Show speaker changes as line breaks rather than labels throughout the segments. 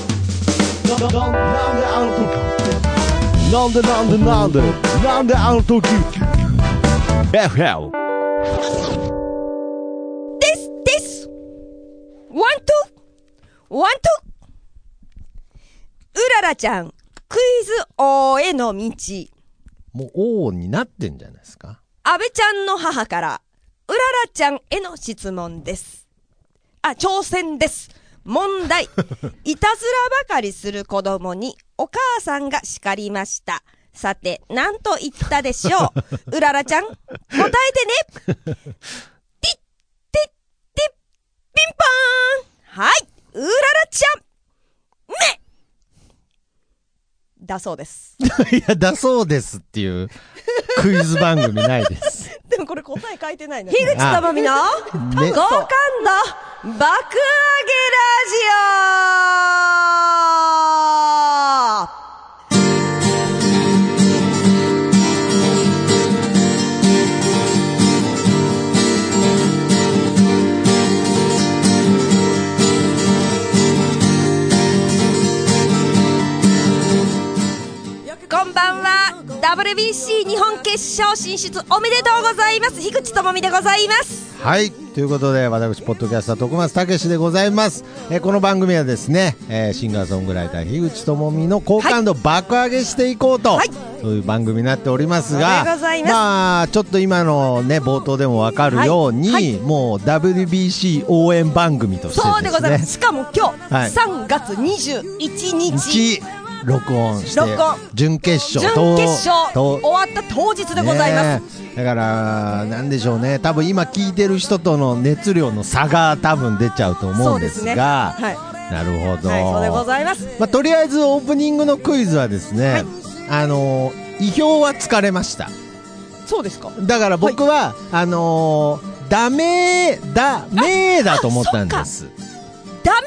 なんであの時なんでなんでなんでなんであの時 FL
ですですワントワントうららちゃん、クイズ王への道。
もう王になってんじゃないですか。
安倍ちゃんの母から、うららちゃんへの質問です。あ、挑戦です。問 題。いたずらばかりする子供にお母さんが叱りました。さて、何と言ったでしょ ううららちゃん、答えてねティッティッティッピンポーンはいうららちゃんめだそう です。
いや、だそうですっていうクイズ番組ないです。
でもこれ答え書いてないね。樋口智 美の
ね
好感度爆上げラジオこんばんは WBC 日本決勝進出おめでとうございます樋口智美でございます
はい。ということで、私、ポッドキャスター、徳松武史でございます。えーこの番組はですね、えーシンガーソングライター、樋口智美の好感度爆上げしていこうと、
はい
そういう番組になっておりますが、
そうでございます
あ、ちょっと今のね、冒頭でもわかるように、
はいはい
もう WBC 応援番組としてですね、
そうでございますしかも今日、
はい
3月21日
一録音して
録音
準決
準
勝と
決勝
と
終わった当日でございます、
ねえだからなんでしょうね多分今聞いてる人との熱量の差が多分出ちゃうと思うんですが
そうですね
なるほど、
はいそうでございます
まあ、とりあえずオープニングのクイズはですね、
はい
あのー意表は疲れました
そうですか
だから僕は、あのーダメーダメーだと思ったんです
ダメ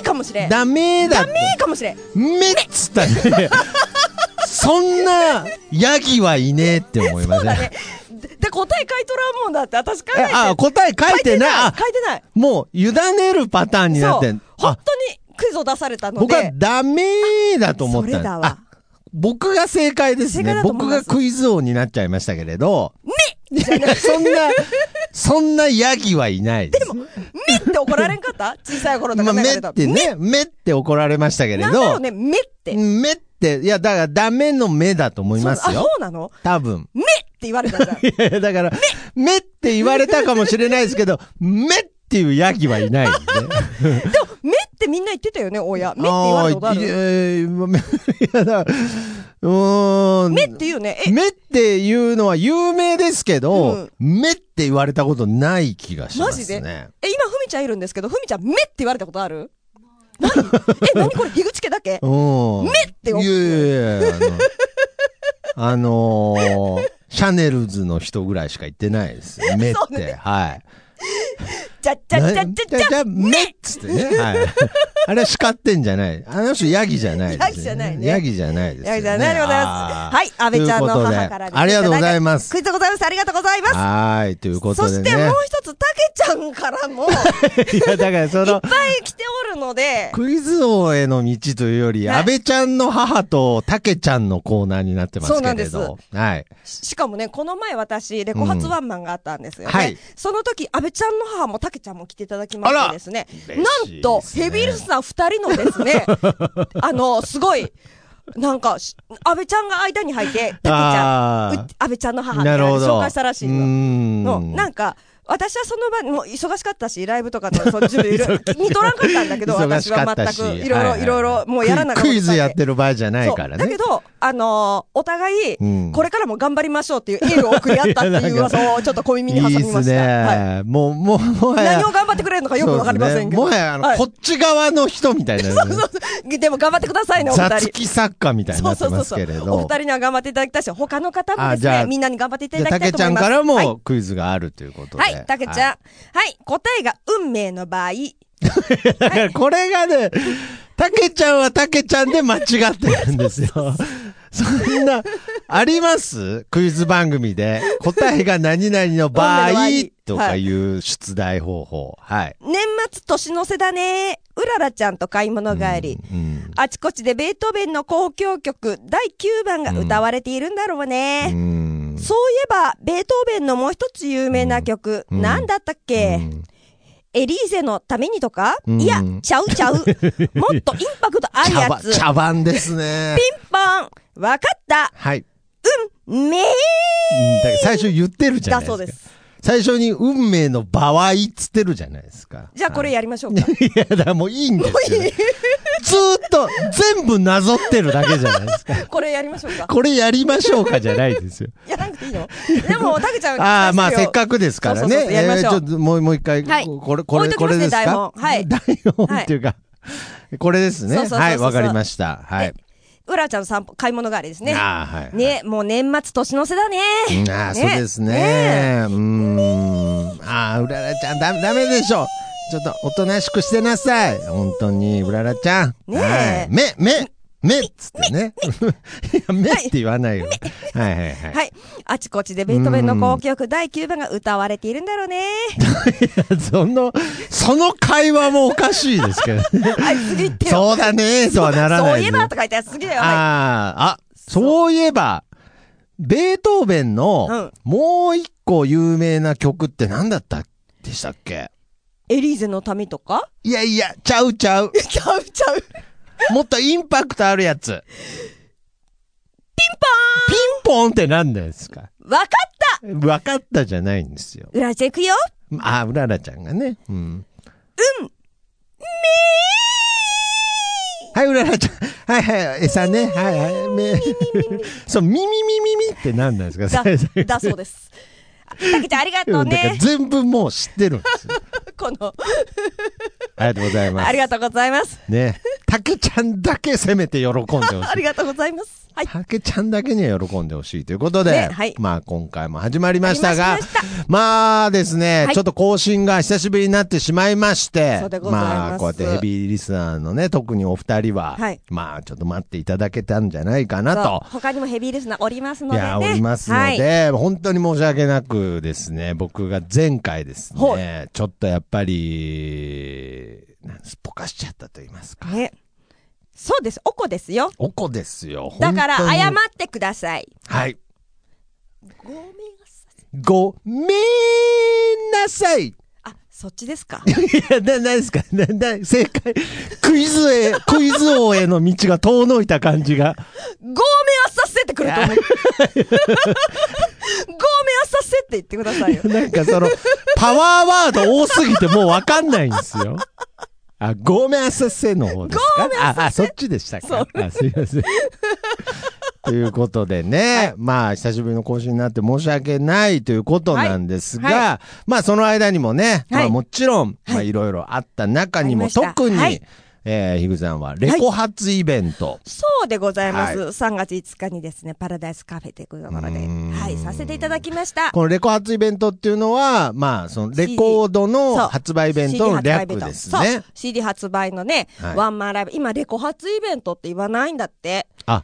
ーかもしれんダ
ダメーだって
メーかもしれん
めっつった ねそんなヤギはいねえって思いません、
でで答え書いとらんもんだって私考えて
えあ答え書いてないあ
書いてない
もう委ねるパターンにな
書
っ
いて
て
ないそうん本
あ
当にクイズを出されたので
僕はダメーだと思ったんで
それだわ
あ僕が正解です
正
ね
解だと思い
僕
ます
がクイズ王になっちゃいましたけれ ど
じゃあ ね
そんなそんなヤギはいないですでも
目って怒られんか った小さい頃と
ま
か
あ、
なんか
目っ
でと
てね目って怒られましたけれ
なんだろ
ど
うね目って
目っていやだからダメの目だと思います
そうあ
よ
そうなの
多分
目って言われたじゃん
いやいやだから、目って言われたかもしれないですけど、目っていうヤギはいないんで。
目ってみんな言ってたよね親目って言われたことあ
あーい
る
えーま目いやだからうーん。
目って言うねえ
目っていうのは有名ですけど、
う
目って言われたことない気がしま
マ
すね。
ジでえ、今、ふみちゃんいるんですけど、ふみちゃん、目って言われたことある何え、何これ、樋口家だけ
うん。
目って思う
いやいやいやあの、あのーシャネルズの人ぐらいしか言ってないです。目っ
そう
て。
ね
はい。
じゃっちゃっちゃっちゃっちゃっちゃ
めっつってね。はい。あれは叱ってんじゃない。あの人、ヤギじゃないです、ね。
ヤギじゃないね
ヤギじゃないです、ね。
ヤギじゃないでござい
あ
ます。
ー
はい、安倍ちゃんの母
と
から
いうことでありがとうございます
クイズでございます。ありがとうございます。
はーい、ということ
そ
で
し
ね。
てもう一つ、たけちゃんか らも、いっ
いや、だからその、
ぱい来ておるので、
クイズ王への道というより、
はい
安倍ちゃんの母とタケちゃんのコーナーになってますけれど。
そうなんです
はい。
ししかもね、この前私、レコ発ワンマンがあったんですよ
うんは
ね
い。
その時、安倍ちゃんの母もたけちゃんも来ていただきまし
あ
て
ら
ですね、
嬉し
なん
い
と、
ですね
ヘビーリスナー二人ので すね、あの、すごい、なんか、し安倍ちゃんが間に入って、たけちゃ
あ
ん、
ー
う安倍ちゃんの母み
な
た
いる
なの
ほど。
紹介したらしいの
うーん。
の、なんか、私はその場に、もう忙しかったし、ライブとかのその準備いろいろ、にとらんかったんだけど、
忙
私
しか
は
った
全
し
く、いろいろ、いろいろ、もうやらなかった
クイクイズやってる場合じゃない
そう
からね。
だけど、あのーお互い、
うん
これからも頑張りましょうっていうエールを送り合 ったっていう噂を、ちょっと小耳に挟み
いい
ま
っ
し
す
た。
ね、
はい
もう、もう、もはや
何を頑張ってくれるのかよくわかりませんけど。
そうですねもはや、あの、
はい
こっち側の人みた いな、
でも頑張ってくださいね、お二
雑
人。
記作家みたいに
そ
な
う
って
そう
ま
そう
す
そう
けれど。
お二人には頑張っていただきたいし、他の方も
あ
です
じゃ
ね、
あ
みんなに頑張っていた
じゃ
だ
あ、た
きたいと思い
け
ます。
ちゃんから
はい
もクイズがあるということで。
はい、たけちゃん。
は
はい、答えが運命の場合。
いだから これがね、たけちゃんはたけちゃんで間違ってるんですよ。 そんな、ありますクイズ番組で。答えが何々の 場合
運命の場合
とかいう出題方法。はい。
年末年の瀬だね。うららちゃんと買い物帰り、
うん
あちこちでベートーベンの交響曲第9番が歌われているんだろうね。
うん
そういえば、ベートーベンのもう一つ有名な曲、
うん
なんだったっけ、エリーゼのためにとか、
うん
いや、ちゃう ちゃう。もっとインパクトある
茶
や
番
つ。
茶番です ね。
パン、わかった、
はい。
め
う
ー
んだから最初言ってるじゃ
だ
ないです
そう
か。
です。
最初に運命の場合っつってるじゃないですか。
じゃあこれ
や。
やりましょうか。
いや、だからもういいんですよ。ずーっと全部なぞってるだけじゃないです か。
これやりまし ょうか。
これやりましょうかじゃない ですよ。
やらなくていいのでも、タケちゃん、
ああ、まあせっ
く。
かくですから
そうそう
ね。
そうやりましょう
えーちょっともうもう一回、
はい
これ、こ
置い
れ、
とき
こ
ま
れ
す
で
ね
す
台本
か
は い
台本っていうか、これですね。
そうそうそうそう
はい、わかりました。はい。
うらちゃんの散歩、買い物帰りですね。
ああ、はい。
ね、もう年末年の瀬だね。
うんああ、そうですね。うーん。ああ、うららちゃん、だ、ダメでしょ。ちょっと、おとなしくしてなさい。本当に、うららちゃん。
ねえ
はい目、目、目っつってね。 いや、目って言わないよ。はいはいはい。
はい。あちこちでベートーベンの交響曲第9番が歌われているんだろうね。
その、その会話もおかしいですけど ね。
はい、次行ってよ。
そうだね、とはなら
そ
な
う
い
い
で
えばとか言ったら次だよ。は
ああ、あ、そういえば、ベートーベンの、もう一個有名な曲って何だったでしたっけ
いエリーゼのためとか
いやいや、ちゃうちゃう。
ちゃうちゃう。
もっとインパクトあるやつ。ピンポーンピンポーンって何なんですか
わかった
分かったじゃないんですよ。
うらちゃん行くよ
あ、うららちゃんがね。うん。はい、うららちゃん。はいはい、餌ね。はいはい。め そう、ミミミミミって何なんですか
だ
先生、
だ そうです。たけちゃんありがと
う
うん
だから
ね。
全部もう知ってるんですよ。
この、
ありがとうございます。
ありがとうござい ます。
ね。たけちゃんだけせめて喜んでほしい
あ。りがとうございます。はい。
たけちゃんだけには喜んでほしいということで、
ねはい
まあ今回も始まりましたが、
始まりま
まあですね、
はい
ちょっと更新が久しぶりになってしまいまして
そうで、ございます
まあこうやってヘビーリスナーのね、特にお二人は、
はい
まあちょっと待っていただけたんじゃないかな
そう
と。
他にもヘビーリスナーおりますの
い
でね。
や、おりますの
はい。
で、本当に申し訳なくですね、僕が前回です
ほ
ね、ちょっとやっぱり、なんすっぽかしちゃったと言いますか。
ねそうです。おこですよ。
おこですよ。
だから、
本当に
謝ってください。
はい。
ごめんなさい。
ごめんなさい。い
あ、そっちですか。
や、な、なんですかな、な、正解。クイズへ、クイズ王への道が遠のいた感じが。
ごめんあさせってくると 思う。ごめんあさせって言ってくださいよ。
なんかその、 パワーワード多すぎてもうわかんないんですよ。あ、ごめんなさせの方ですかあ、あ、そっちでしたか。あ、すいません。ということでね、まあ、久しぶりの更新になって申し訳ないということなんですが、
はいは
まあ、その間にもね、
は
ま
い
あ、もちろん、まあ、いろいろあった中にも、
ありました
特に、
はい
えー、ひぐさんは、レコ発イベント。
そうでございます。
は
3月5日にですね、パラダイスカフェというところ
う
で、
ーん
はい、させていただきました。
このレコ発イベントっていうのは、まあ、その、レコード
そ
の
う
発売イベントの
CD 発売イ
略
ベント
です
そ
ね
う。。CD 発売のね、
はい
ワンマンライブ。今、レコ発イベントって言わないんだって。
あ、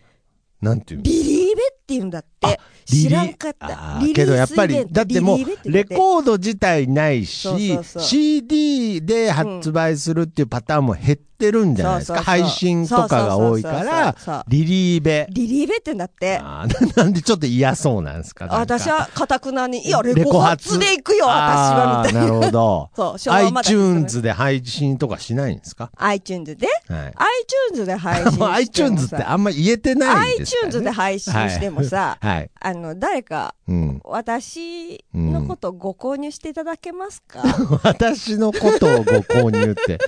なんていうの
ビリーベって言うんだっ
あ
て。
リリ
知らんかっ
あ
た。
ー
リリ
けどや
ー
っ
ス
ぱ
イベ
り、
ント。
だっても
リリーベ
う、
言
レ
って
コード自体ないし、
そうそうそう
CD で発売するっていうパターンも減ってるんじゃないです
うん
か。
そうそうそう
配信とかが多いか
そうそう
ら
そうそう、
リリーベ。
リリーベって言うんだって。
あー ななんでちょっと嫌そうなんですかなんか
私は、かたくなに、いや、レコ発で行くよ、私は、みたいな。。
あーなるほど
そう昭和はまだ
iTunes で配信とかしないんですか
iTunes で
はい。
iTunes で配信して
も
も
う
さ
iTunes ってあんま言えてないですからね。
iTunes で配信してもさ、
はい。はい
あの、誰か、
うん、
私のことご購入していただけますか、
私のことをご購入って、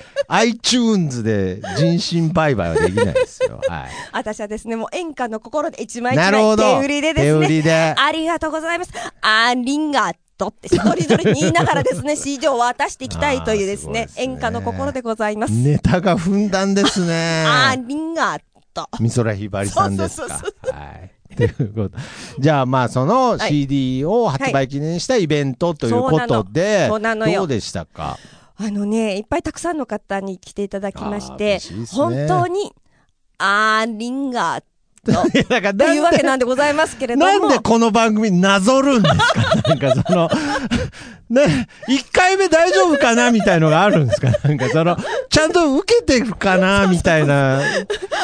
iTunes で人身売買はできないですよ。は
私はですね、もう演歌の心で一枚
い。
一
なるほ
枚
ど。
手売りでです
手売
ね、
りで。
ありがとうございます。ありがとうって一人一人に言いながらで すね、市場を渡していきたいというですね、
あーすごいですね
演歌の心でございます。
ネタがふんだんですね。
ありがとう。
美空ひばりさんですか
そうそう。
はい。ということ。じゃあまあその
はい
CD を発売記念したイベントということで、
そうなのそうなのよ
どうでしたか
あのね、いっぱいたくさんの方に来ていただきまし
あー
て、
嬉しいですね
本当に、ありがと。と
いやだから
い
な
うんわ
で
けなんでございますけれども。
なんでこの番組なぞるんですか なんかその、ね、1回目大丈夫かなみたいのがあるんですかなんかその、ちゃんと受けてるかなみたいな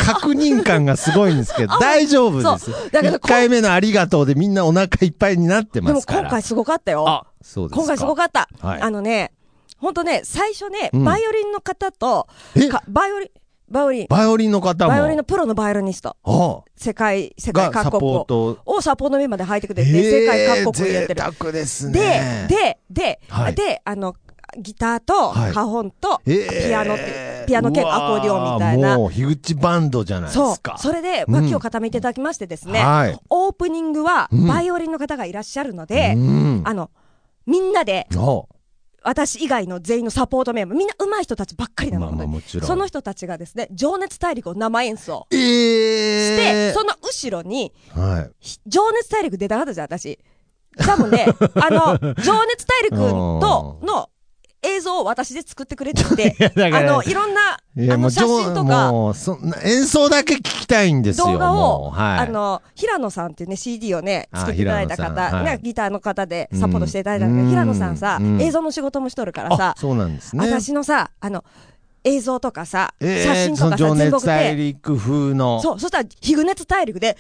確認感がすごいんですけど、大丈夫です。
そうだけど
1回目のありがとうでみんなお腹いっぱいになって
で
ま
も
すから。
今回すごかったよ。
あ、そうですか。
今回すごかった。
はい
あのね、ほんとね、最初ね、
うん
バイオリンの方と、
え
かバイオリン、バイオリン、
バイオリンの方も。
バイオリンのプロのバイオリニスト、
あ
世界、世界
がサ
各国
ポー
を
ト。
をサポートメンバーで入ってくれて、世界各国をやってる。
贅沢ですね。
で、、で、で、
はい
で、あの、ギターと、
はい
カホンと、
えー
ピアノって、ピアノ兼
う
ア
わー
コーディオンみたいな。
もう、樋口バンドじゃないで
そう
すか。。
それで、
うん
脇を固めていただきましてですね、
はい
オープニングは、
うん
バイオリンの方がいらっしゃるので、
うん。
あの、みんなで、
お
私以外の全員のサポートメンバー、みんな上手い人たちばっかりなの、
まあまあもちろん
その人たちがですね、情熱大陸を生演奏
え
して、
え
その後ろに、
はい。
情熱大陸出たかったじゃん、私。多分 ね、あの、情熱大陸との映像を私で作ってくれて て、
やだか
あ
ら
の、いろんな、あ
いやも
の
う
写真と
上
か、
もうそんな演奏だけ聞きたいんですよ。
動画
も
を、
うはい、
あの、平野さんっていうね、CD をね、
あ
作っていただいた
平野さ
方、
んはい
ねギターの方でサポートしていただいたんだけ
うん
ど、平野さんさ
うん、
映像の仕事もしとるから
あ
さ、
そうなんですね。
私のさ、あの、映像とかさ、
えー
写真
そ
とかさ、
の情
全国
熱大
で、
陸風の。
そう、そしたら、ヒグネツ大陸で、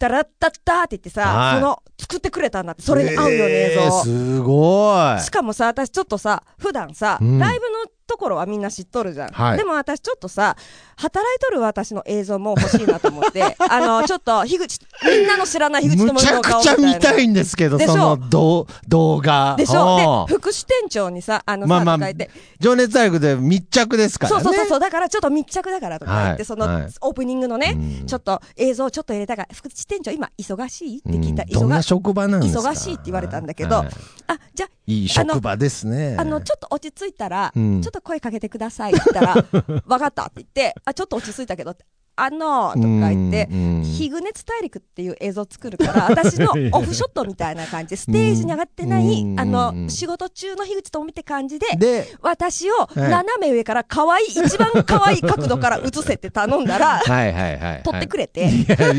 ダラッタッターって言って
は
さ、
い
その、作ってくれたんだって、それに合うように
え
映
ー
像を。
すごい。
しかもさ、私ちょっとさ、普段さ、
うん
ライブのところはみんな知っとるじゃん。
はい
でも私ちょっとさ、働いとる私の映像も欲しいなと思 って、あの、ちょっと、樋口、みんなの知らない樋口
む
智
ち
美
ゃ
の
く
顔
ちゃ
み
見
たい
た
な。
いんですけど、
でしょ
その動動画。
でしょ
おー
で、副支店長にさ、あの
まあ
さ、と
ま
か
あ
言って、
情熱大陸で密着ですから
そう
ね。
そうそうそう、だからちょっと密着だからとか言って、
はい
その、
はい
オープニングのね、
うん
ちょっと映像ちょっと入れたから、副支店長今忙しいって聞いた、
うんどんな
忙し
職場なんですか
忙しいって言われたんだけど
はい
あ、じゃあ、
いい職場ですね。
あの、ちょっと落ち着いたら、
うん
ちょっと声かけてくださいって言った ら、わかったって言って、あ、ちょっと落ち着いたけどって、あのー、とか言って
うんうん、
ヒグネツ大陸っていう映像作るから、私 のオフショットみたいな感じで、ステージに上がってない、
うん
あ
う
の、
ん
仕事中の樋口智美って感じで、
で、
私を斜め上から可愛い、一番可愛い角度から映せって頼んだら、
はいはいはいはい。
撮ってく
れ。
れて、
いや、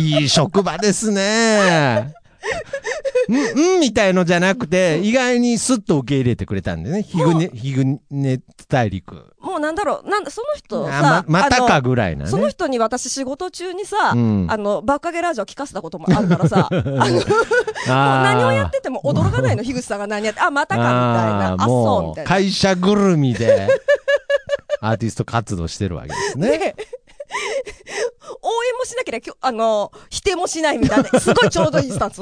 いい、いい職場ですね。うん、うんみたいのじゃなくて、意外にスッと受け入れてくれたんでね。ヒグネ、ヒグネ大陸。
もうなんだろう、なんだ、その人
あ
さ、
ま、また
あ
か
の
ぐらいな
その
ね。
人に私仕事中にさ、
うん
あの、バッカゲラジオ聞かせたこともあるか らさ、あの、もう何をやってても驚かないの、樋口さんが何やって、あ、またかみたいな、あ
あー
そう
も
みた
う、
いな。
会社ぐるみで、アーティスト活動してるわけですね。
で、 応援もしなければきょ、あの、否定もしないみたいな、すごいちょうどいいスタンス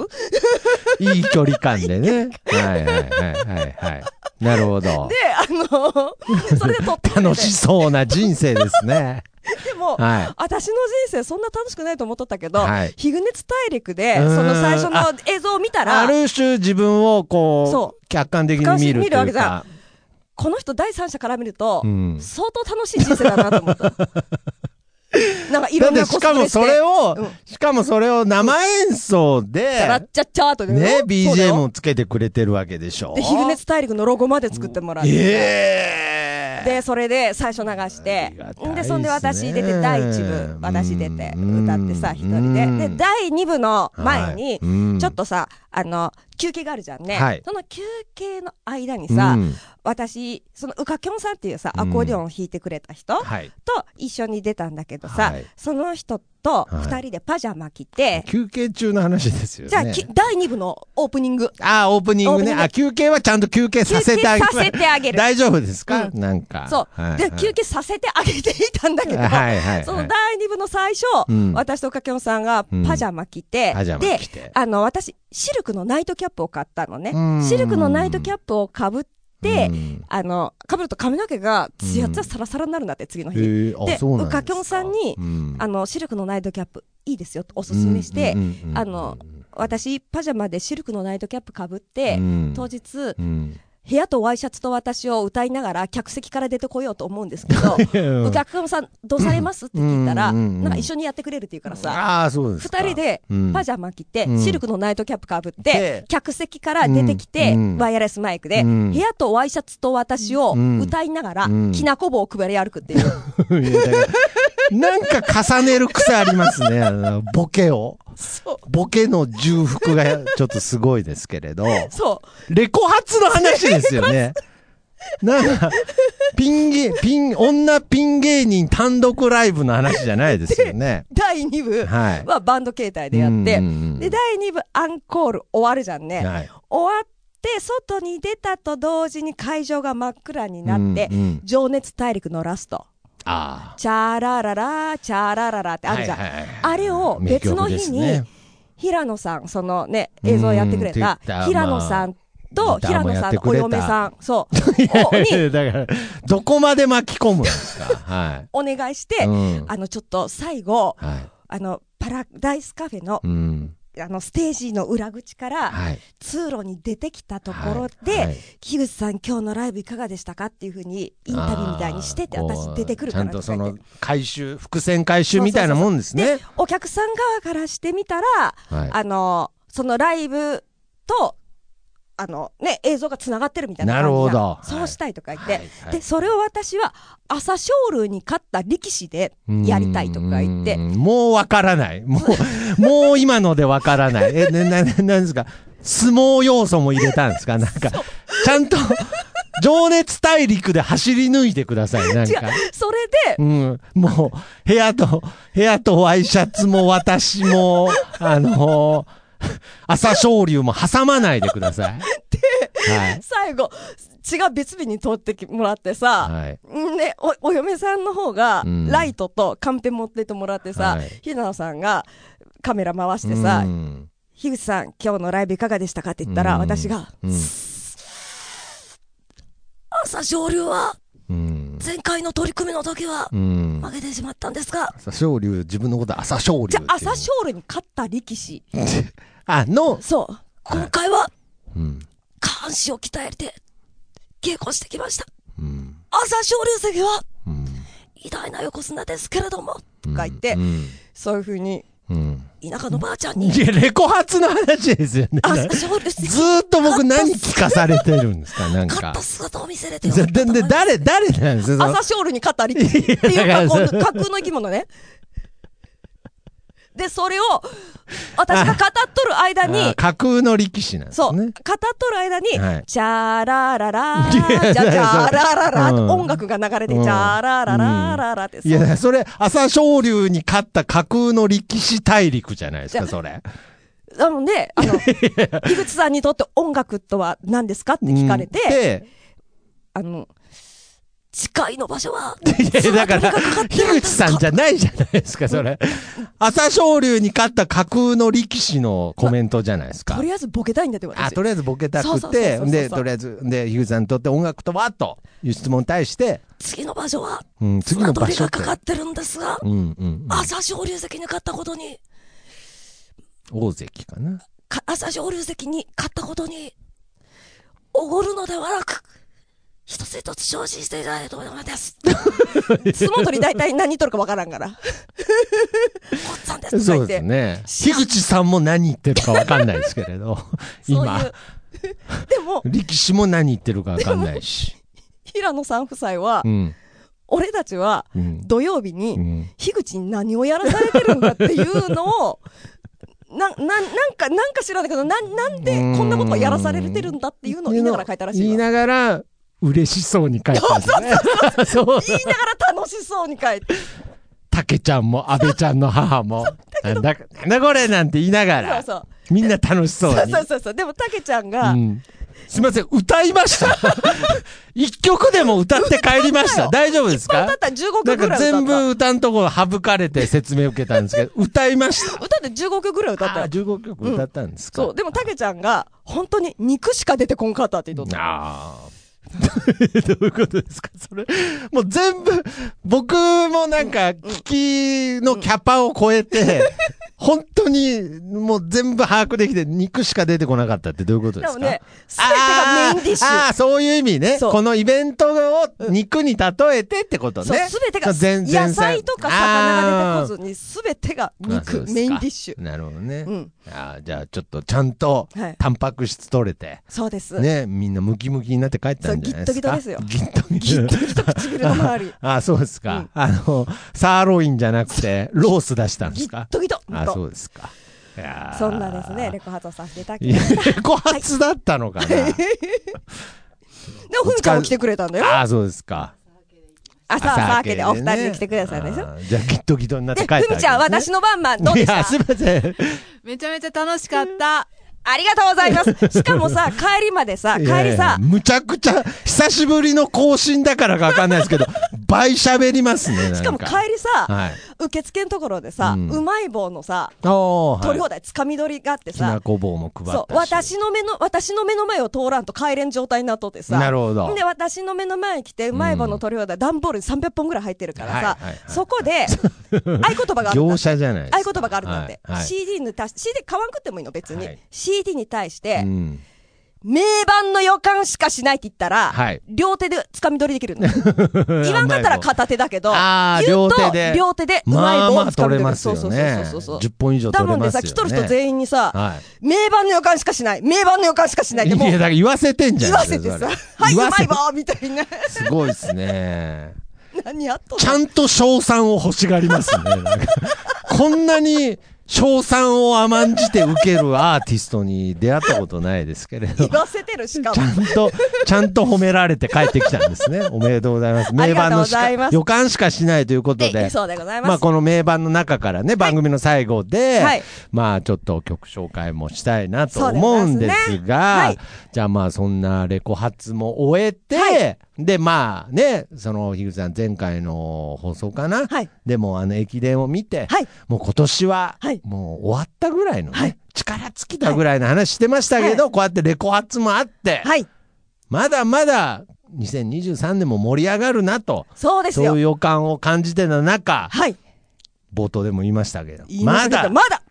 で、
いい距離感でね。はいはいはいはいはい。なるほど。
あ の、それで撮ってくれて
楽しそうな人生ですね。
でも、
はい
私の人生そんな楽しくないと思っとったけど、
はい
ヒグネツ大陸で、
うーん
その最初の映像を見た
あ
ら、
る種自分をこ、
そう
客観的に見ると
見るわ
い
け
う
じゃ
か。
この人第三者から見ると、
うん
相当楽しい人生だなと 思った。なんかい
だ
ろ
っ
んな
てし
コスプレ
か
して。
もそれを
うん、
しかもそれを生演奏
チャラ
で
ッ、チャッチャーとで
ね、
そうだ
BGM
よ
をつけてくれてるわけでしょ。
で、ヒグネツ大陸のロゴまで作ってもらって。
ええ
で、それで最初流して、
ありがたいっすね
で、そんで私出て、第1部、私出て、
うん
歌ってさ、一
うん
人で。で、第2部の前
はい
に
うん、
ちょっとさ、あの、休憩があるじゃんね。
はい
その休憩の間にさ
うん、
私、その、うかきょんさんっていうさ、アコーディオンを弾いてくれた人
はい。
と一緒に出たんだけどさ
はい、
その人と
はい
二人でパジャマ着て、
休憩中の話ですよね。
じゃあ、き第2部のオープニング、
ああ、オープニングね。
オープニング
あ、休憩はちゃんと休憩させてあげ
休憩させてあげる
大丈夫ですか、
う
なんか。
そう、
はい
で休憩させてあげていたんだけど、
はいはいはい
その第2部の最初、
うん
私とかきょんさんがパジャマ着て、
うんパジャマ
で
着て
あの私、シルクのナイトキャップを買ったのね
うん、
シルクのナイトキャップをかぶって、
うん
あのかぶると髪の毛がつやつやさらさらになるんだって、次の日。
へえあ
で
そうなんですか
かきょんさんに、
うん
あのシルクのナイトキャップ、いいですよとおすすめして、
うんうんうんうん
あの私、パジャマでシルクのナイトキャップかぶって、
うん
当日、
うん
部屋とワイシャツと私を歌いながら客席から出てこようと思うんですけど、
うん
お客さんどうされますって聞いたら、
うんうんうんうん
なんか一緒にやってくれるって言うからさ、
ああ、そうですか。
二人でパジャマ着て、
うん
シルクのナイトキャップかぶっ
で
て、客席から出てきて、
うん
ワイヤレスマイクで、
うん
部屋とワイシャツと私を歌いながら、
うん
きなこ棒を配り歩くっていう。
ャだからなんか重ねる癖ありますね。あのボケを。
そ
ボケの重複がちょっとすごいですけれど。
う。そ
レコ発の話ですよね。なんか、ピン芸、ピン、女ピン芸人単独ライブの話じゃないですよね。
う。第2部
はい。
はバンド形態でやって
うんうんうん、
で、第2部アンコール終わるじゃんね。
はい
終わって、外に出たと同時に会場が真っ暗になって、
うんうん
情熱大陸のラスト。
あ
チャラララ、チャラララって
あ。
あるじゃん。
はいはいはい
あれを別の
名曲で
日
す
に、
ね
平野さん、そのね、映像をやってくれ
うん
た
Twitter、
平野さん
ま
と、
あ
平野さんのお嫁さん、そう、をに
だから、どこまで巻き込むんですか。は
お願いし
い。
て
う、ん。
あの、ちょっと最後、
はい。
あの、パラダイスカフェの
う、ん。
あの、ステージの裏口から、
はい。
通路に出てきたところ
はい
で
はい、
木口さん今日のライブいかがでしたかっていうふうに、インタビューみたいにしてて、
あーこ
私
う
出てくるから
ちゃんと
とか
そ
言っ
の
て。
回収、伏線回収みたいなもんですね
で。、お客さん側からしてみたら、
はい
あの、そのライブと、あの、ね、映像がつながってるみたいな感
な
じ
る
が
ほど
そうしたいとか言って、
はいはい
で、それを私は、朝青龍に勝った力士でやりたいとか言って、
うんもうわからない。もう、 もう今のでわからない。え、な、な、ななんですか相撲要素も入れたんですかなんか、ちゃんと、情熱大陸で走り抜いてください。なん
違う
か。、
それで、
うん。もう、部屋と、部屋とワイシャツも私も、あの朝青龍も挟まないでください。はい。
最後、違う別日に通ってきもらってさ、
はい。
んでお、お嫁さんの方が
う、ん
ライトとカンペ持ってってもらってさ、
はい
ひなのさんがカメラ回してさ
う、ん
樋口さん、今日のライブいかがでしたかって言った
う
ら、
ん
私が、
うん
朝青龍は、
うん。
前回の取り組みの時は
う、ん。
負けてしまったんですが、
朝青龍、自分のこと朝青龍って
じ
いう。
ゃあ、朝青龍に勝った力士。
あ、の、
そう。今回は、
うん。
下半身を鍛えて、稽古してきました。
うん。
朝青龍関は、
うん。
偉大な横綱ですけれども、とか言って、
うん。
そういうふうに、
うん。
田舎のばあちゃん
い
に、
や、レコ発の話ですよね。
朝青龍関
ずーっと僕何聞かされてるんですかなん
勝っ
か
た。姿を見せれてよか
で、
ったと
で
思い
で
ます
誰、誰なんですかその
朝青龍に勝った力士って
いや
い
だ
う
から
格好の架空の生き物ね。で、それを、私が語っとる間
あ
に
ー、架空の力士なんですね。
そう、語っとる間に
はい、
チャラララー、
いや
じゃチャラララー
うん
と音楽が流れて、
うん
チャラララララって、
いや、だからそれ、朝青龍に勝った架空の力士大陸じゃないですか、
じ
それ。
なので、あの、井口さんにとって音楽とは何ですかって聞かれて、
うんで、
あの、近いの場所は、
いや、だから、樋口さんじ
ゃ、
ゃないじゃないですか、それ。朝青龍に勝った架空の力士のコメントじゃないですか。
とりあえずボケたいんだって私。
あとりあえずボケた
そう
く
そうそうそう
て、
そう
で、とりあえず、で、ヒューさんにとって音楽とはという質問に対して、
次の場所は、
うん、次の場所って。
ってるんですが、
うんうんうん。
朝青龍関に勝ったことに、
大関かな。
か朝青龍関に勝ったことに、おごるのではなく、一つ一つ精進していただいております。相撲取り大体何取るかわからんから。おっさんですとか
そ
言
う
っ
です
て。
ね。樋口さんも何言ってるかわかんないですけれど、
そうい
今
う、。でも、
力士も何言ってるかわかんないし。
平野さん夫妻は、
うん。
俺たちは
うん。
土曜日
う
に、
ん。
樋口に何をやらされてるんだっていうのを、な、な、なんか、なんか知らないけど、な、なんでこんなことをやらされてるんだっていうのを言いながら書いたらしいわ。
言い
言
な
い
がら、嬉しそうに書いたんですね。そう。
ながら楽しそうに書いて。
たけちゃんも、安倍ちゃんの母も、なんだ、なんだこれなんて言いなが
そう
ら、
そう。
みんな楽しそう
そう
に
そう。そうそう。でも、たけちゃんが、
うんすみません、歌いました 一曲でも歌って帰りました。大丈夫です
歌
か
ったら
な
15曲
ん
ぐら
か
い歌った。
全部歌んとこ省かれて説明受けたんです けど、歌いました。
歌って15曲ぐらい歌った
あ
よ。
15曲歌ったんですか、
そう。でも、たけちゃんが、本当に肉しか出てこんかったって言っとった。
ああ。 どういうことですかそれ。もう全部、僕もなんか、聞きのキャパを超えて、本当に、もう全部把握できて、肉しか出てこなかったってどういうこと
で
です
も
か
ね、すべてがメインディッシ
あーあ
ュ。
ー、そういう意味ね。
そう
このイベントを肉に例えてってこと
そう
ね。
すべてが
そう前前
野菜とか魚が出
あー
てこずに、すべてが
まあそう
肉、
ですか
メインディッシュ。
なるほどね。
うん
あーじゃあちょっとちゃんと
はい、
タンパク質取れて、
そうです。
ね、みんなムキムキになって帰ったんじゃないですか。
そう
ギットギトですよ。ギットギト。
唇の周り、
あー、そうですか、
うん
あの、サーロインじゃなくて、ロース出したんで
ギ
す
ッ
か
とギト。
あー、
ほ
そ
んと
うですか。いやー
そんなですね、レコ発をさせていただき
い
ま
や
す。
レコ発だったのかな。
でも、ふんちゃんも来てくれたんだよ。
ああ、そうですか。
朝、朝明けでお二人
で
で来てくださいでしょ。
あーじゃあ、ギットギトになって
で、
帰ったわけ
ふ
ですね
みちゃん、私の番番、どうでし
いや、
た
すいません。
めちゃめちゃ楽しかった。
ありがとうござ います。しかもさ、帰りまでさ、
いやい
帰
や
りさ、
むちゃくちゃ、久しぶりの更新だからかわかんないです けど、倍喋りますね。なん
しかも帰りさ、
はい。
受付のところでさ、
うん
うまい棒のさ、
おー、
取り
は
放題、つかみ取りがあって
い。きな
さ、
こ棒も配ったし。
そう、私の目の、私の目の前を通らんと帰れん状態になっとってさ、
なるほど
で、私の目の前に来て、うまい棒の取り放題、段ボールに300本ぐらい入ってるからさ
はいはいはい、
そ こで、合言葉があるんだ
業
って。
者じゃないですか
合言葉があるんだって。
はいはい
CD に対し、CD 買わんくってもいいの、別に。
はい
CD に対し
う
て、
ん。
名盤の予感しかしないって言ったら、
はい
両手で掴み取りでき るんだよ。言わんかったら片手だけど、
あー
言うと
両手で
両手でうまい
まあ
棒
ま
を
あ
掴
取
み取
れ
る。
ます
そう
よ
そうそう
ね。
そうそうそう。
10本以上
だ
取
も
れ
んで
ま
さ、
すよね。
来とる人全員にさ、
はい。
名盤の予感しかしない。名盤の予感しかしないってもう
いや、だ
言
から言わせてんじゃん。
わせてさ、 はい、うまい棒みたいな。
すごいですね。
何やっとんの
ちゃんと賞賛を欲しがりますね。なんかこんなに賞賛を甘んじて受けるアーティストに出会ったことないですけれど。
言
ち
わせてるしか
ゃ
も。
んと、ちゃんと褒められて帰ってきたんです ね。おめでとうございます。
あ
名
りが
盤
とう
の
ご
しか
ざいます
予感しかしないということ
で、
で。
そうでございます。
まあこの名盤の中からね、番組の最後で、
はい
まあちょっと曲紹介もしたいなと
そうで
思
ございま
う
す
ん
ね
ですが、
はい
じゃあまあそんなレコ発も終えて、
はい
でまあね、その樋口さん前回の放送かな、
はい
でもあの駅伝を見て、
はい
もう今年は
はい
もう終わったぐらいのね、
はい
力尽きたぐらいの話してましたけど、こうやってレコ発もあって、
はい、
まだまだ2023年も盛り上がるなと、
そうです
そういう
よ。
予感を感じてた中、
はい。
冒頭でも言いましたけど。
言い
ま
ましたけ
だ
どまだ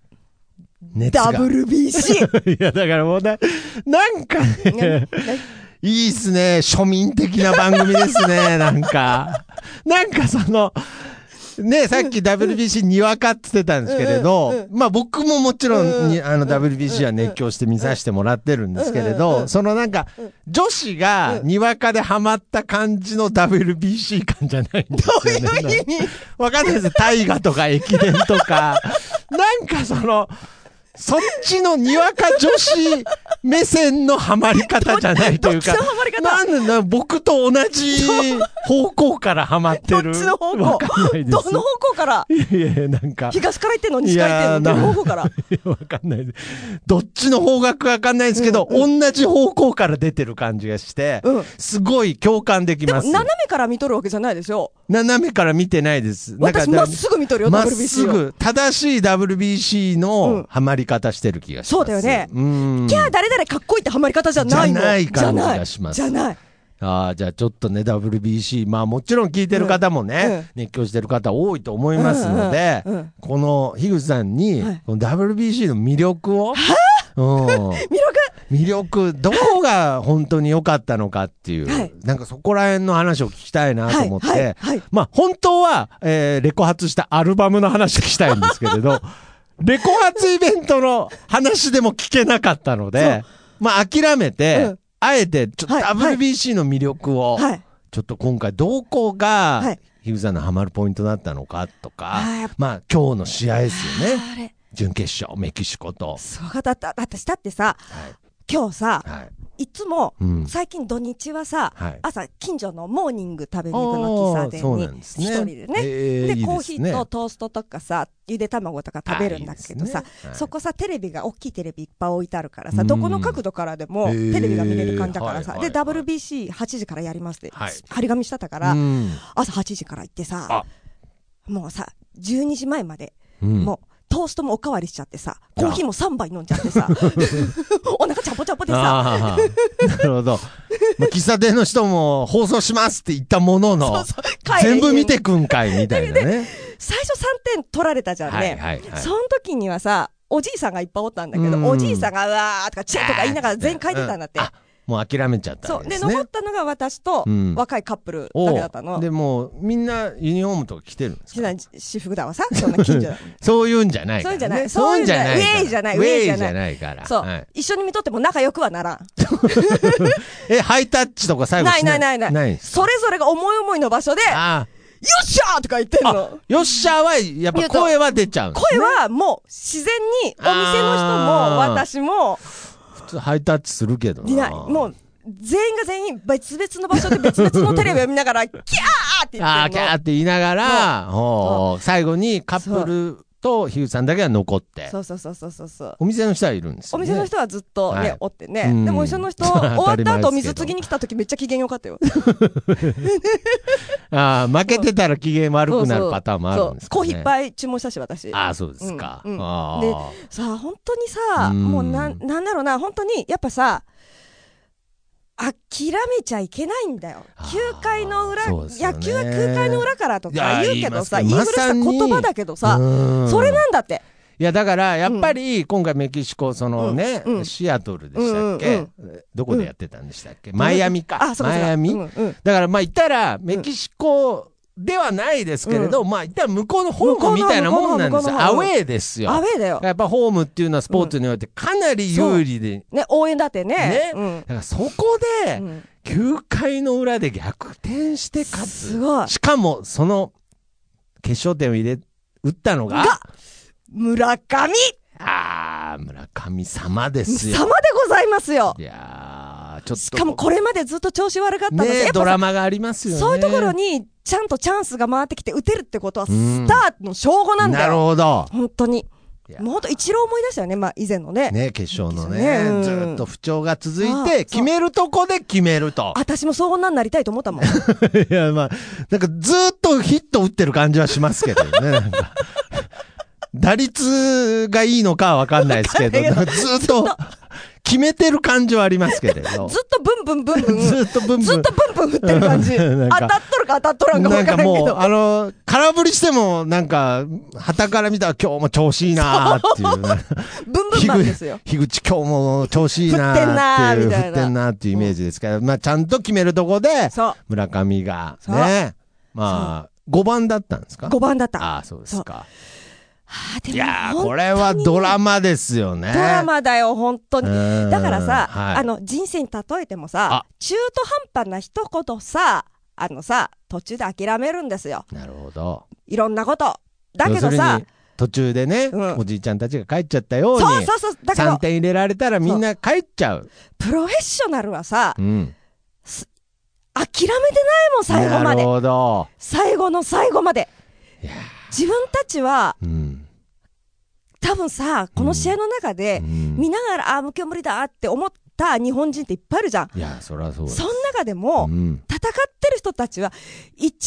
熱が
WBC!
いや、だからもうね、なんかね、いいっすね。庶民的な番組ですね。 なんか。なんかその、ね、さっき WBC にわかって言ってたんですけれど、まあ僕ももちろんに、あの WBC は熱狂して見させてもらってるんですけれど、そのなんか、女子がにわかでハマった感じの WBC 感じゃないんですよね。わかんないです。大河とか駅伝と か。なんかその、そっちのにわか女子目線のハマり方じゃないというか。
どっちのハマり方
なんでな、僕と同じ方向からハマって
ど
る。
っちの方
わ
向
かんない です。
どの方向から
いやいや、なんか。
東から行ってんの西から行ってんの
いやー
ど
な
の方向から
いやわかんないです。どっちの方角かわかんないですけど、同じ方向から出てる感じがして、
うん
すごい共感でき
でも
ます。
斜めから見とるわけじゃないでしょ
斜めから見てないです。なんか
私まっすぐ見とるよ
まっす
WBC を
ぐ、正しい WBC
うん
のハマり方してる気がします。
そうだよね
うん。
キャー誰々かっこいいってハマり方じゃないの
じゃない感じ
じゃない
がします
じゃない
ああ、じゃあちょっとね、WBC、まあもちろん聞いてる方もね、
うんうん
熱狂してる方多いと思いますので、
うんうんうん
この樋口さんに、
はい
この WBC の魅力を、うん、
魅力
魅力、どこが本当に良かったのかっていう、
はい
なんかそこら辺の話を聞きたいなと思って、
はいはいはい
まあ本当は、えーレコ発したアルバムの話をしたいんですけれ ど、レコ発イベントの話でも聞けなかったので、まあ諦めて、
うん
あえてちょっと
はいはい
WBC の魅力を、
はい
ちょっと今回どこ
は
が
い、
ヒグさんのハマるポイントだったのかとか
あーやっぱ、
まあ今日の試合ですよね。
あれ
準決勝、メキシコと。
そうかだった私だってさ
はい
今日さ
はい。
いつも
うん
最近土日はさ
はい
朝近所のモーニング食べに行くの喫茶店
あーそう
に
なんですね
一人でね
へーいいです
で
ね
コーヒーとトーストとかさゆで卵とか食べるんだけど
あ
さ
ーいいですねはい
そこさテレビが大きいテレビいっぱい置いてあるから
う
さ
ん
どこの角度からでも
へー
テレビが見れる感じだからさ
はいはい
で
はい
WBC8 時からやりますって
はい
張り紙してたから
うん
朝8時から行ってさ
あ
もうさ12時前まで
うん
もうトーストもおかわりしちゃってさコーヒーも3杯飲んじ ゃってさお腹ちゃぽちゃぽでさ
ああ、なるほど。まあ、喫茶店の人も放送しますって言ったものの、
そうそう帰れへ
全
ん
部見てくんかいみたいなね。
最初3点取られたじゃんね。
はいはいはい
その時にはさ、おじいさんがいっぱいおったんだけど、
うん
おじいさんが、うわーとか、チェーとか言いながら全員書いてたんだって
う。あもう諦めちゃった
そ
ん
う。
で
で、
すね。
残ったのが私と
うん
若いカップル
お
だけだったの。
でもうみんなユニフォームとか着てるんです
し
か
ない私服だわさ、そんな近所だ。
そういうんじゃないから、ね。
そういうんじゃない
そういうんじゃないから。
そういうんじゃない
ウ
ウ
ェイ
ェイ
じ
じ
ゃ
ゃ
な
ないい
から。
そう、
はい
一緒に見とっても仲良くはならん。
え、ハイタッチとか最後
ない
し
ないないない。
ないんですか
それぞれが思い思いの場所で、よ
あ
っしゃーとか言ってん
あ
の
あ。、よっしゃーは、やっぱ声は出ちゃうんですね。
声はもう自然に、お店の人も
あー
私も、
普通ハイタッチするけどな。
いない。もう、全員が全員別々の場所で別々のテレビを見な がら、キャーって言
あ
っ
ー、キ
て
ャー
る
って言いながら、ほう最後にカップルとヒューさんだけが残って
の。。そうそうそうそうそうそう。
お店の人はいるんです
お
よ、ね。
店の人はずっとね、
はい
おって
う
ね。
ん
でも一緒の人、
それは
終わった後
当たり前ですけど
水継ぎに来た時めっちゃ機嫌良かったよ。
ああ、負けてたら機嫌悪くなるパターンもあるんですか、ね、
そうコーヒーいっぱい注文したし、私。
ああ、そうですか。
うんうん
あ
で
あ。
さあ、本当にさ、
うん
もうなん、なんだろうな、本当に、やっぱさ、諦めちゃいけないんだよ
あ。ー
9回の裏、
そうですよね
野球は9回の裏からと
いや
か言うけどさ、
言
言
いま
い
す
古し
けど
た
まさに
言葉だけどさ、
うん
それなんだって。
いやだからやっぱり今回メキシコそのね、
うんうん
シアトルでしたっけ、
うん
どこでやってたんでしたっけ、マイアミか
あ、そう
マ
かそう
イ
か
アミ、
うんうん
だからまあ言ったらメキシコではないですけれど、まあ言ったら向こうのホームみたいなもんなんです
向こうの向こう
よ
の
アウェーですよ
アウェーだよ。
やっぱホームっていうのはスポーツにおいてかなり有利で、
ね、応援だって
ね
ね。うん
だからそこで
うん
9回の裏で逆転して勝つ
すごい。
しかもその決勝点を入れ打ったのが
が村上
あー村神様ですよ
様でございますよ。
いやー、ちょっと。
しかもこれまでずっと調子悪かったので、
ね
やっぱ
ドラ
さ
マがありますよね。
そういうところにちゃんとチャンスが回ってきて打てるってことは
ん
スターの称号なんだ
なる
よ。
ほど。
本当に
いや。
もう本当一郎思い出したよね、まあ以前のね。
ね、決勝の
です
ね、
よねうん
ずーっと不調が続い
ああそう
て、決めるとこで決めると。
私もそう女になりたいと思ったもん。
いや、まあ、なんかずーっとヒット打ってる感じはしますけどね、なんか 打率がいいのかはわかんないですけど、
わ
な
か
ん
ん
かずーっと決めてる感じはありますけれど。
ずっとブンブンブンブ ン。
ずーっとブンブン
ずっとブンブン振ってる感
な
じ。当
んか
たっとるか当たっとらんか
な
分
ん
か
から
んけ
もう、
ど。
あの、空振りしても、なんか、旗から見たら今日も調子いいなーっていうね。
ブンブンマンですよ。
樋口今日も調子いいなーっていう、
振ってんなーみたいな
振ってんなーっていうイメージですから、まあちゃんと決めるとこで、
そう。
村上が、
そう
ね、まあ、5番だったんですか
5番だった。あ
ああ、そうですか。
ーで
い
も
やー、
本当に
これはドラマですよね。
ドラマだよ、本当に。
うん
だからさ、
はい
あの、人生に例えても
あ
さ、中途半端な一言さ、あのさ、途中で諦めるんですよ。
なるほど。
いろんなこと。だ
要
けど
する
さ
に、、途中でね、
うん
おじいちゃんたちが帰っちゃったように、
そうそうそう、だけ
3
ど、
点入れられたらみんな帰っちゃう。
プロフェッショナルはさ、
うん。
諦めてないもん、最後ま
なる
で。
ほど。
最後の最後まで
いやー。
自分たちは、
うん。
多分さ、この試合の中で、見ながら、ああー、もう今日無理だって思った日本人っていっぱいいるじゃん。
いや、そりゃそうです
その中でも、
うん
戦ってる人たちは、1ミリも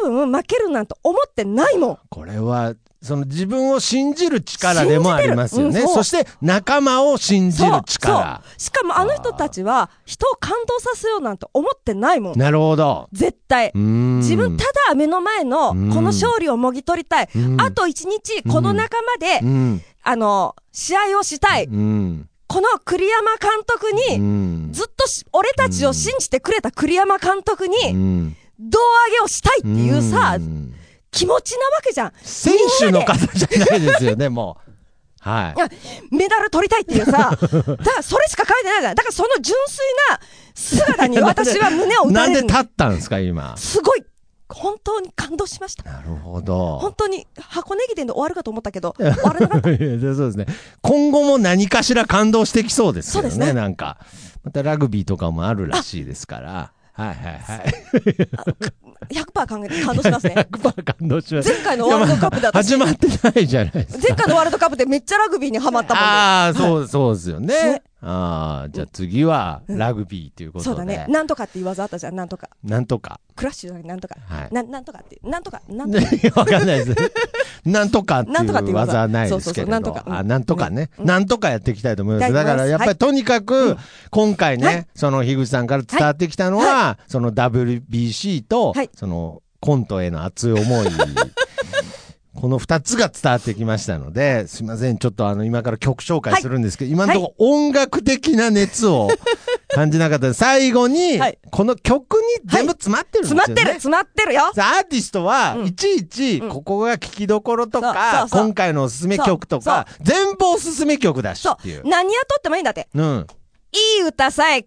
多分負けるなんて思ってないもん。
これは、その自分を信じる力でもありますよ
信じ
ね。
てるうんそ
そうして仲間を信じる力
そう。そう。しかもあの人たちは、人を感動させようなんて思ってないもん。
なるほど。
絶対。
自
自分ただ目の前の、こ
うん
の勝利をもぎ取りたい。
うん
あと一日、この仲間で、
うん。
あの、試合をしたい。
うん。
この栗山監督
う
に、
ん。
ずっとし俺たちを信じてくれた栗山監督に、
うん
胴上げをしたいっていうさ、
ん
気持ちなわけじゃん。
選手の方じゃないですよね、もう。はい
い。や、メダル取りたいっていう さ、だからそれしか書いてないじゃん。だからその純粋な姿に私は胸を打た
なん
れ
で
るの
立ったんですか、今。
すごい、本当に感動しました。
なるほ
本
ど。
当に箱根駅伝で終わるかと思ったけど、終わらなかっ
いやそうですね。今後も何かしら感動してきそうですよ
そうです
ね、
ね
なんか。またラグビーとかもあるらしいですから。はいはいはい。
た。100%考えて感動します ね。
100%感動します。
前回のワールドカップで私
始まってないじゃないですか。
前回のワールドカップでめっちゃラグビーにハマったもん
ああ、そう、そうですよね
ね。
ああ、じゃあ次はラグビーというこ
で。
とで。
そうだね。なんとかって言わずあったじゃん、なんとか。
なんとか。
クラッシュじゃない、なんとか。
はい
ななんとかって、なんとか、なんとか。
いや わかんないです。なんとかって
なんとかって
い
いうう技
技はないですけれど。
そうそうそうなんとかうん
あ、なんとかね。なんとかやっていきたいと思います。
やりま
だ
す
からやっぱりとにかく、今回
は
ね
い、
その樋口さんから伝わってきたのは、その WBC と
はい、
そのコントへの熱い思いこの二つが伝わってきましたので、すいません、ちょっとあの、今から曲紹介するんですけど、今のところ音楽的な熱を感じなかったです最後に
はい、
この曲に全部詰まってるんですよね。
詰まってる詰まってるよ
さあアーティストは、
うん
いちいち、
うん
ここが聴きどころとか、
そうそうそう
今回のおすすめ曲とか、全部おすすめ曲だし
そ
っていうう。。
何やとってもいいんだって。
うん。
いい歌さえ、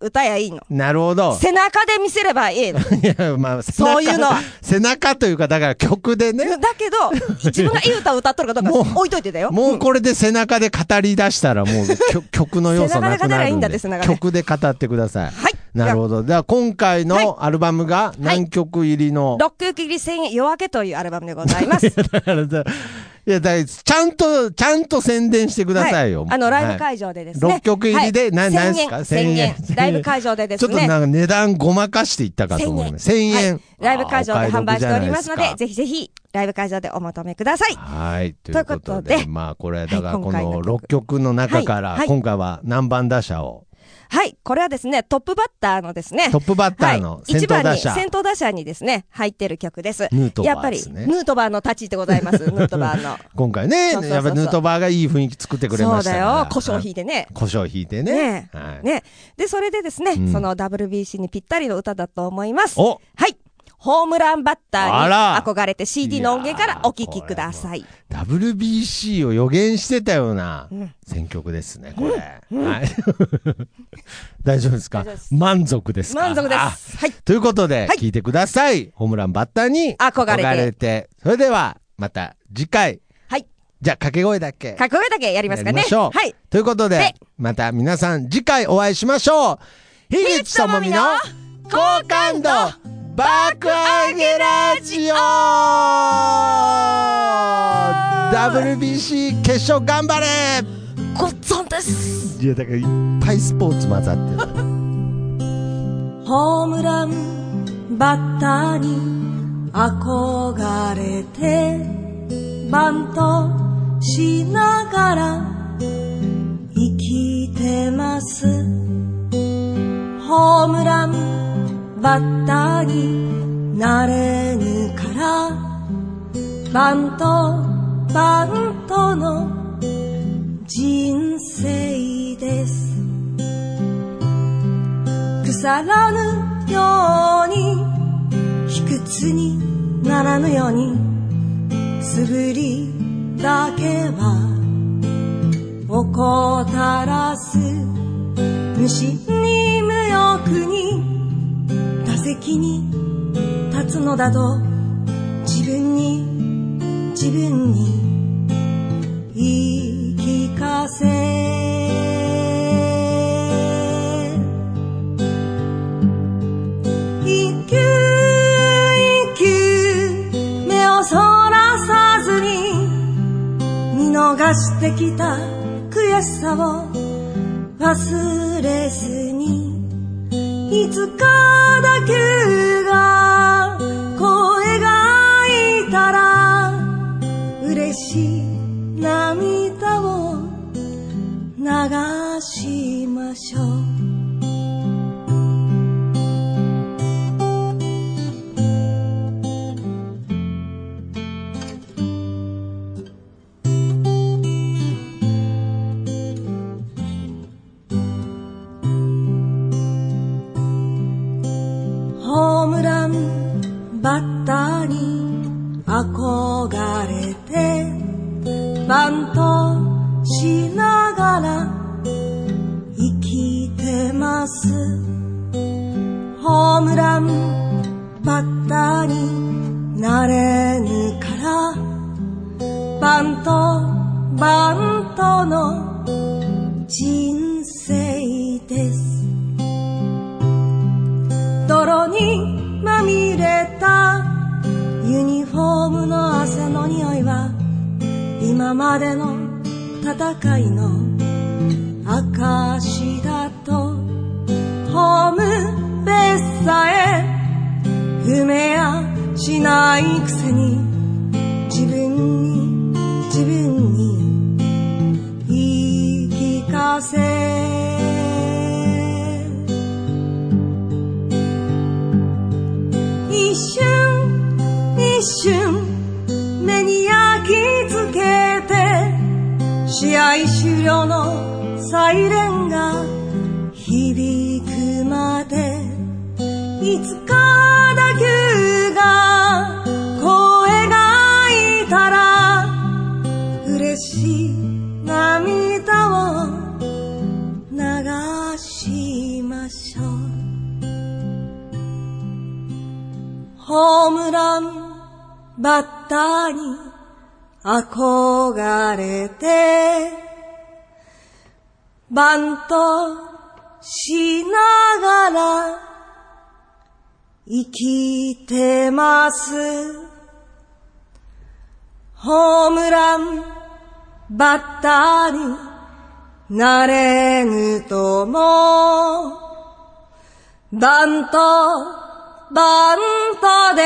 歌やいいの。
なるほど。
背中で見せればいいの。だ
いや、まあ、背中
そういうのは
背中というか、だから曲でね、
け ど、自分がいい歌を歌っとるかどう
も
か
う
置いといてだよ。
もうこれで背中で語り出したら、もう曲 曲の要素なく
背中で語
な
りゃい
る
い
ん
んだ
で
って背中で
曲で語ってください。
はい。
なるほど。では、今回
はい
のアルバムが何曲入りの、
ロック切り千円夜明けというアルバムでございます。
だからだ いや、だからちゃんと、ちゃんと宣伝してくださいよ。
はあの、ライブ
はい
会場でですね。
六曲入りでな
はい
何ですか
1000円。
1000
1000円。ライブ会場でで
ち
す
ょ
ね。
っとなんか値段ごまかしていったかと思います。1000円。
はいライブ会場で販売しておりますの
あーお買い得じゃない
で、
か
ぜひぜひ、ライブ会場でお求めください。
はい。とい
いうう
こ
ことと
で、
で
まあこれ、だから
はい
こ
今回の
の
曲
6曲の中か
は
ら
いは、い
今回は何番打者を、
はい。これはですね、トップバッターのですね。
トップバッターの
はい
先頭打者
一番に先頭打者にですね、入ってる曲です。
ヌートバ
やっ
ー
ぱ
で
り、
すね
ヌートバーの立ち位置でございます。ヌートバ ーの。
今回ね、
そうそうそうそう
やっぱヌートバーがいい雰囲気作ってくれ
そ
ま
う
した
だ
から。
よ。胡椒引いてね。
胡椒引いてね
ね。
はい
ね。で、それでですね、
うん
その WBC にぴったりの歌だと思います。
お
はい。ホームランバッタ
あら
ーに憧れて CD の音源からお聴きください。
WBC を予言してたような
うん
選曲ですね、これ。はい。 大丈夫ですか
大丈夫です
満足ですか
満足で
あ
す。はい。
ということで、
はい
聞いてください。ホームランバッターに
憧れて
てそれでは、また次回。
はい。
じゃあ、掛け声だけ。
かっこよいだけやりますか
や
ね。
りましょう。
はい。
ということで
で、
また皆さん次回お会いしましょう。樋口智美の好感度爆上げラジオ !WBC 決勝頑張れ
ごっつんです。
いや、だからいっぱいスポーツ混ざってる。
ホームランバッターに憧れてバントしながら生きてますホームランバッターになれぬからバントバントの人生です腐らぬように卑屈にならぬように素振りだけは怠らす無心に無欲に打席に立つのだと自分に自分に言い聞かせ一球一球目をそらさずに見逃してきた悔しさを忘れずにいつか打球が声がいたら嬉しい涙を流しましょうホームランバッターに憧れてバントしながら生きてますホームランバッターになれぬからバントバントの人生です泥にまみれたユニフォームの汗の匂いは今までの戦いの証だとホームベースさえ踏めやしないくせに自分に自分に言い聞かせ一瞬一瞬目に焼試合終了のサイレンが響くまでいつか打球が声がいたら嬉しい涙を流しましょうホームランバッターに憧れて、バントしながら生きてます。ホームランバッターになれぬとも、バント、バントで